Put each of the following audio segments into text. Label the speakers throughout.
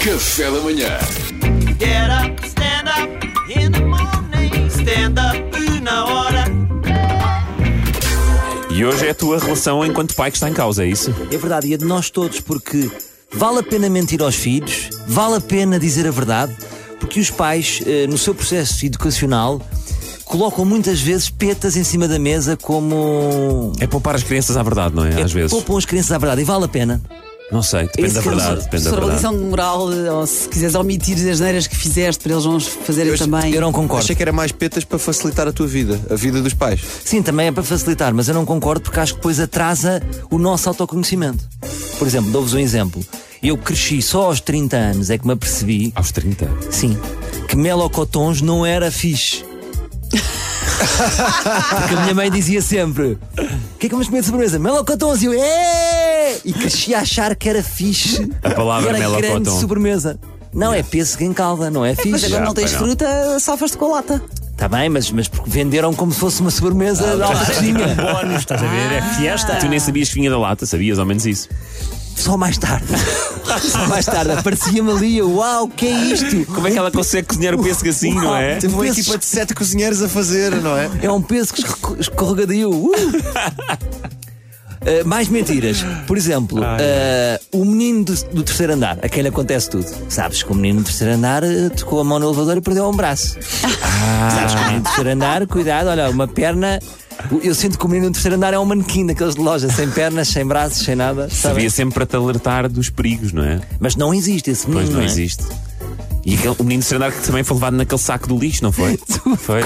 Speaker 1: Café da manhã.
Speaker 2: Get up, stand up in the morning. Stand up na hora.
Speaker 3: E hoje é a tua relação enquanto pai que está em causa, é isso?
Speaker 4: É verdade, e é de nós todos, porque vale a pena mentir aos filhos, vale a pena dizer a verdade, porque os pais, eh, no seu processo educacional, colocam muitas vezes petas em cima da mesa como.
Speaker 3: É poupar as crianças à verdade, não é? Às vezes.
Speaker 4: Poupam as crianças à verdade, e vale a pena.
Speaker 3: Não sei, depende
Speaker 4: Isso
Speaker 3: da
Speaker 4: que eu
Speaker 3: verdade.
Speaker 4: sou-
Speaker 3: Depende da
Speaker 5: Sobre a
Speaker 3: verdade.
Speaker 5: lição de moral, eh, ou se quiseres omitir as neiras que fizeste para eles não os fazerem também.
Speaker 4: Eu não concordo.
Speaker 6: Achei que era mais petas para facilitar a tua vida, a vida dos pais.
Speaker 4: Sim, também é para facilitar, mas eu não concordo porque acho que depois atrasa o nosso autoconhecimento. Por exemplo, dou-vos um exemplo. Eu cresci só aos 30 anos, é que me apercebi,
Speaker 3: Aos 30.
Speaker 4: sim, que melocotons não era fixe. Porque a minha mãe dizia sempre: O que é que vamos comer de sobremesa? Melocotons! E eu, "É!" E cresci a achar que era fixe.
Speaker 3: A palavra
Speaker 4: e era grande
Speaker 3: melocotão.
Speaker 4: sobremesa. Não, é pêssego em calda, não é
Speaker 5: Mas
Speaker 4: fixe.
Speaker 5: agora não tens
Speaker 3: pois não.
Speaker 5: fruta, salvas-te com a lata.
Speaker 4: Está bem, mas, mas porque venderam como se fosse uma sobremesa da alta cozinha.
Speaker 3: Ah, Bónus, estás a ver? É fiesta. Tu nem sabias que vinha da lata, sabias ao menos isso.
Speaker 4: Só mais tarde. Só mais tarde. Aparecia-me ali, eu, uau, o que é isto?
Speaker 3: Como é que ela consegue cozinhar o pêssego assim, não é?
Speaker 6: Teve uma
Speaker 4: Peças-
Speaker 6: equipa de sete cozinheiros a fazer, não é?
Speaker 4: É um peso que esco- escorregadio. Uh! Uh, mais mentiras. Por exemplo, uh, o menino do, do terceiro andar, a quem lhe acontece tudo. Sabes que o menino do terceiro andar uh, tocou a mão no elevador e perdeu um braço.
Speaker 3: Ah.
Speaker 4: Sabes que o menino do terceiro andar, cuidado, olha, uma perna. Eu sinto que o menino do terceiro andar é um manequim daqueles de loja, sem pernas, sem braços, sem nada. sabem?
Speaker 3: Havia sempre para te alertar dos perigos, não é?
Speaker 4: Mas não existe esse menino.
Speaker 3: Pois não
Speaker 4: é?
Speaker 3: existe. E aquele- o menino de cenário que também foi levado naquele saco do lixo, não foi? Foi.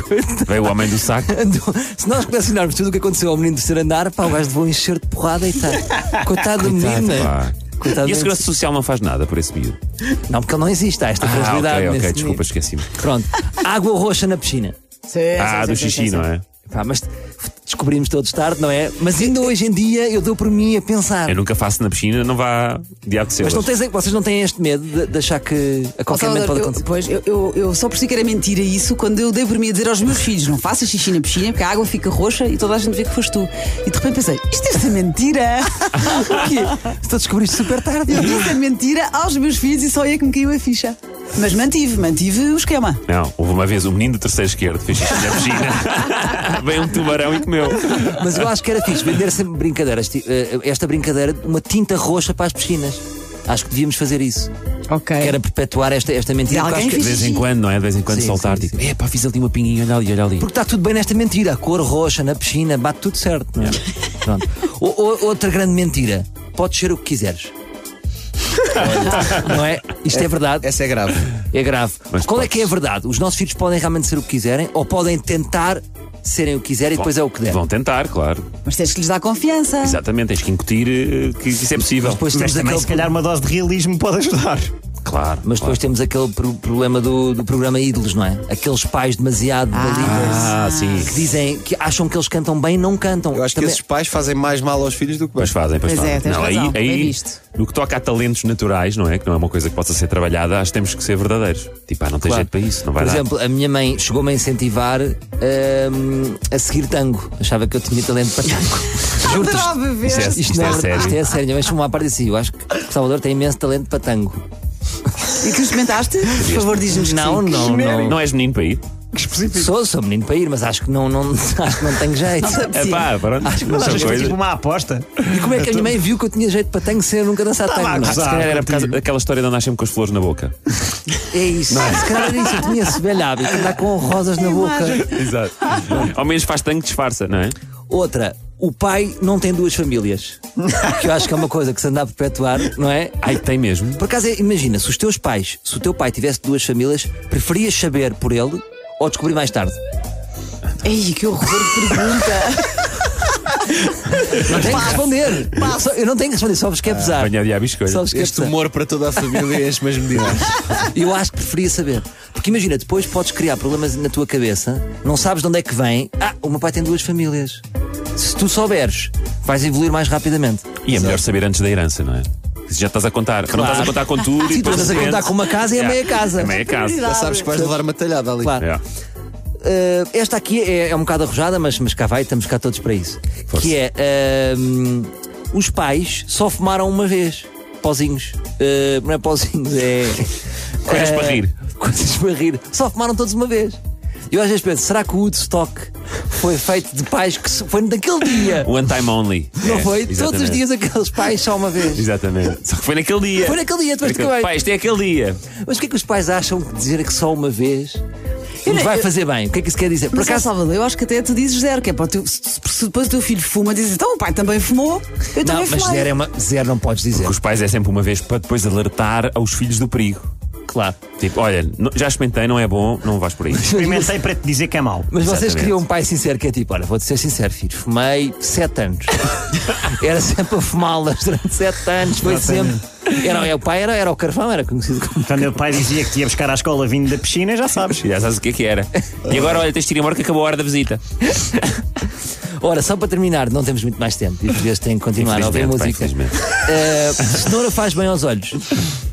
Speaker 3: Veio o homem do saco.
Speaker 4: Andou- Se nós colecionarmos tudo o que aconteceu ao menino do terceiro andar, pá, o gajo levou um encher de porrada e tal. Coitado do menino. né?
Speaker 3: Pá.
Speaker 4: Coitado
Speaker 3: E a
Speaker 4: do menino.
Speaker 3: segurança social não faz nada por esse miúdo.
Speaker 4: Não, porque ele não existe, há esta
Speaker 3: Ah,
Speaker 4: fragilidade.
Speaker 3: ok, ok,
Speaker 4: nesse
Speaker 3: desculpa,
Speaker 4: menino.
Speaker 3: esqueci-me.
Speaker 4: Pronto, água roxa na piscina.
Speaker 3: Ah, do xixi, não é?
Speaker 4: Pá, mas descobrimos todos tarde, não é? Mas ainda hoje em dia eu dou por mim a pensar.
Speaker 3: Eu nunca faço na piscina, não vá diabo seu.
Speaker 4: Mas não tens, vocês não têm este medo de, de achar que a
Speaker 5: Ó,
Speaker 4: qualquer momento
Speaker 5: Salvador,
Speaker 4: pode
Speaker 5: eu,
Speaker 4: acontecer?
Speaker 5: pois, eu, eu, eu só percebi que era mentira isso quando eu dei por mim a dizer aos meus filhos: não faças xixi na piscina porque a água fica roxa e toda a gente vê que foste tu. E de repente pensei: isto deve ser mentira. o quê?
Speaker 4: Se tu descobriste super tarde.
Speaker 5: Eu disse a mentira aos meus filhos e só ia que me caiu a ficha. Mas mantive, mantive o esquema.
Speaker 3: Não, houve uma vez o menino do terceiro esquerdo fez xixi na piscina. Veio um tubarão e comeu.
Speaker 4: Mas eu acho que era fixe vender sempre brincadeiras. ti- eh, Esta brincadeira, de uma tinta roxa para as piscinas. Acho que devíamos fazer isso.
Speaker 5: Ok.
Speaker 4: Que era perpetuar esta, esta mentira.
Speaker 5: De
Speaker 4: porque
Speaker 5: alguém
Speaker 4: acho que-
Speaker 3: De vez em quando, não é? De vez em quando
Speaker 4: Sim,
Speaker 3: soltar,
Speaker 4: sim,
Speaker 3: tipo, epá, fiz ali uma pinguinha, olha ali, olha ali.
Speaker 4: Porque está tudo bem nesta mentira. A cor roxa na piscina, bate tudo certo. Não é? Pronto. O- o- outra grande mentira. Podes ser o que quiseres. não é? Isto é verdade,
Speaker 6: Essa é grave.
Speaker 4: é grave.
Speaker 3: Mas
Speaker 4: Qual é
Speaker 3: podes.
Speaker 4: que é a verdade? Os nossos filhos podem realmente ser o que quiserem ou podem tentar serem o que quiserem e depois é o que der.
Speaker 3: Vão tentar, claro.
Speaker 5: Mas tens que lhes dar confiança.
Speaker 3: Exatamente, tens que incutir eh, que isso é possível.
Speaker 4: Depois temos
Speaker 7: Também, se
Speaker 4: aquele
Speaker 7: calhar, uma dose de realismo pode ajudar.
Speaker 3: Claro.
Speaker 4: Mas depois temos aquele pro- problema do, do programa Ídolos, não é? Aqueles pais demasiado believers
Speaker 3: Ah, sim.
Speaker 4: que dizem que acham que eles cantam bem e não cantam.
Speaker 6: Eu acho que
Speaker 4: Também-
Speaker 6: esses pais fazem mais mal aos filhos do que bem.
Speaker 3: Pois fazem, pois
Speaker 5: Pois
Speaker 3: fazem.
Speaker 5: é, tens
Speaker 3: não, aí,
Speaker 5: razão,
Speaker 3: aí,
Speaker 5: bem visto.
Speaker 3: no que toca a talentos naturais, não é? Que não é uma coisa que possa ser trabalhada, acho que temos que ser verdadeiros. Tipo, ah, não tem
Speaker 4: Claro.
Speaker 3: jeito para isso, não vai
Speaker 4: Por
Speaker 3: dar.
Speaker 4: exemplo, a minha mãe chegou-me a incentivar hum, a seguir tango. Achava que eu tinha talento para tango. Juro-te.
Speaker 5: Adorava ver.
Speaker 3: Isto é- isto
Speaker 4: não
Speaker 3: é
Speaker 4: verdade.
Speaker 3: sério.
Speaker 4: Isto é sério. Minha mãe chamou-me à parte e disse: Eu acho que o Salvador tem imenso talento para tango.
Speaker 5: E tu experimentaste? Por favor, diz-nos que
Speaker 4: Não,
Speaker 5: sim.
Speaker 4: não, não.
Speaker 3: Não és menino para ir?
Speaker 7: Que específico.
Speaker 4: Sou, sou menino para ir, mas acho que não, não, acho que não tenho jeito.
Speaker 3: É pá, pronto.
Speaker 4: não
Speaker 3: São
Speaker 4: sei.
Speaker 7: Foi
Speaker 3: coisas.
Speaker 7: tipo uma aposta.
Speaker 4: E como é que a minha mãe viu que eu tinha jeito para tango sem eu nunca dançar
Speaker 7: Estava a
Speaker 4: tango? não é?
Speaker 3: Ah, Se calhar era por causa daquela história de andar sempre com as flores na boca.
Speaker 4: É isso. Se calhar era isso. Eu tinha esse velho hábito, andar com rosas na boca.
Speaker 3: Exato. Ao menos faz tanque disfarça, não é?
Speaker 4: Outra, o pai não tem duas famílias. que eu acho que é uma coisa que se anda a perpetuar, não é?
Speaker 3: Ai, tem mesmo.
Speaker 4: Por acaso, é, imagina, se os teus pais, se o teu pai tivesse duas famílias, preferias saber por ele ou descobrir mais tarde?
Speaker 5: Ei, que horror de pergunta.
Speaker 4: Não tenho que responder. Só- eu não tenho que responder, só vos quer pesar.
Speaker 3: Apanhar diabo e escolha.
Speaker 4: Só vos quer
Speaker 6: Este
Speaker 4: pesar.
Speaker 6: humor para toda a família é e as mesmas medidas.
Speaker 4: Eu acho que preferia saber. Porque imagina, depois podes criar problemas na tua cabeça, não sabes de onde é que vem. Ah, o meu pai tem duas famílias. Se tu souberes, vais evoluir mais rapidamente.
Speaker 3: E é melhor saber antes da herança, não é? Se já estás a contar, não estás a contar com tudo e
Speaker 4: Sim, Ah, tu
Speaker 3: depois.
Speaker 4: andas a
Speaker 3: de repente-
Speaker 4: contar com uma casa e a
Speaker 3: Yeah.
Speaker 4: meia casa.
Speaker 3: É meia casa.
Speaker 6: Já sabes que vais levar uma talhada ali.
Speaker 4: Claro.
Speaker 3: Yeah.
Speaker 4: Uh, esta aqui é, é um bocado arrojada, mas, mas cá vai, estamos cá ehm, todos para isso. Que é. uh, hum, os pais só fumaram uma vez. pozinhos. Eh, não é pozinhos, é.
Speaker 3: Coisas
Speaker 4: eh,
Speaker 3: para rir.
Speaker 4: Coisas para rir. Só fumaram todos uma vez. Eu às vezes penso, será que o Woodstock foi feito de pais que se- foi naquele dia?
Speaker 3: One time only.
Speaker 4: Não
Speaker 3: É,
Speaker 4: foi? Todos os
Speaker 3: exatamente.
Speaker 4: dias aqueles pais só uma vez.
Speaker 3: Exatamente. Só que foi naquele dia.
Speaker 4: Foi naquele dia, depois de
Speaker 3: Naquele-
Speaker 4: acabei.
Speaker 3: Pá, isto é aquele dia.
Speaker 4: Mas o que é que os pais acham que dizer que só uma vez nos vai fazer bem? O que é que isso quer dizer? Por
Speaker 5: Mas, cá,
Speaker 4: acaso.
Speaker 5: Salvador, eu acho que até tu dizes zero, que é para o teu, se, se depois o teu filho fuma, dizes então o pai também fumou, eu
Speaker 4: Não,
Speaker 5: também
Speaker 4: mas
Speaker 5: fumei.
Speaker 4: zero, é uma, zero não podes dizer.
Speaker 3: Que os pais é sempre uma vez para depois alertar aos filhos do perigo.
Speaker 4: Claro.
Speaker 3: Tipo, olha, não- já experimentei, não é bom, não vais por aí.
Speaker 7: Experimentei para te dizer que é mau.
Speaker 4: Mas vocês
Speaker 3: Exatamente.
Speaker 4: queriam um pai sincero que é tipo, olha, vou-te ser sincero, filho, fumei sete anos. era sempre a fumá-las durante sete anos, foi
Speaker 7: Exatamente.
Speaker 4: sempre. Era, é, o pai era, era o carvão, era conhecido como.
Speaker 7: Quando meu pai dizia que te ia buscar à escola vindo da piscina, já sabes.
Speaker 3: Já sabes o que é que era. E agora, olha, tens de ir embora que acabou a hora da visita.
Speaker 4: Ora, só para terminar, não temos muito mais tempo e por isso tem que continuar a ouvir
Speaker 3: Infelizmente, pá,
Speaker 4: música.
Speaker 3: infelizmente.
Speaker 4: Eh, cenoura faz bem aos olhos.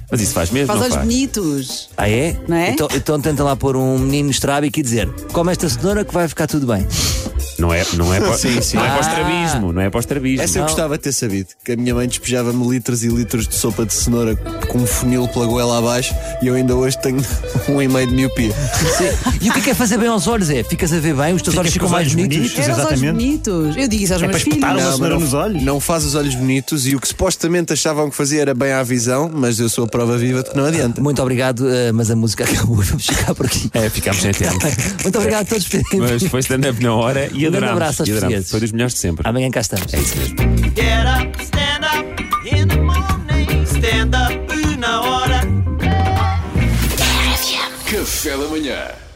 Speaker 3: Mas isso faz mesmo,
Speaker 5: Faz
Speaker 3: não
Speaker 5: olhos
Speaker 3: faz?
Speaker 5: bonitos.
Speaker 4: Ah, é?
Speaker 5: Não é?
Speaker 4: Então, então tenta lá pôr um menino estrábico e dizer: come esta cenoura que vai ficar tudo bem.
Speaker 3: Não é, não é, para-
Speaker 6: Sim, sim.
Speaker 3: Não é para o
Speaker 4: Ah.
Speaker 3: estrabismo, não é para o estrabismo.
Speaker 6: Essa eu gostava de ter sabido, que a minha mãe despejava-me litros e litros de sopa de cenoura com um funil pela goela abaixo e eu ainda hoje tenho um e meio de miopia.
Speaker 4: E o que é, que é fazer bem aos olhos? É, ficas a ver bem, os teus
Speaker 7: Ficas
Speaker 4: olhos ficam
Speaker 7: com os
Speaker 4: mais
Speaker 7: olhos
Speaker 4: bonitos.
Speaker 7: bonitos.
Speaker 5: Era os olhos
Speaker 7: Exatamente.
Speaker 5: bonitos. Eu digo isso aos
Speaker 7: É
Speaker 5: meus
Speaker 7: para
Speaker 5: filhos.
Speaker 7: espetar uma
Speaker 6: Não,
Speaker 7: cenoura
Speaker 6: não-
Speaker 7: nos olhos.
Speaker 6: Não faz os olhos bonitos e o que supostamente achavam que fazia era bem à visão, mas eu sou a prova viva de que não adianta.
Speaker 4: Muito obrigado, eh, mas a música acabou, vamos ficar por aqui.
Speaker 3: É, ficámos sem tempo.
Speaker 4: Muito obrigado a todos por terem
Speaker 3: Mas foi stand-up na hora e
Speaker 4: Um grande
Speaker 3: adorámos.
Speaker 4: abraço aos
Speaker 3: e adorámos.
Speaker 4: portugueses.
Speaker 3: Foi dos melhores de sempre.
Speaker 4: Amanhã cá estamos.
Speaker 3: É
Speaker 2: Get up, stand up in the morning. Stand up, una hora.
Speaker 1: Café da manhã.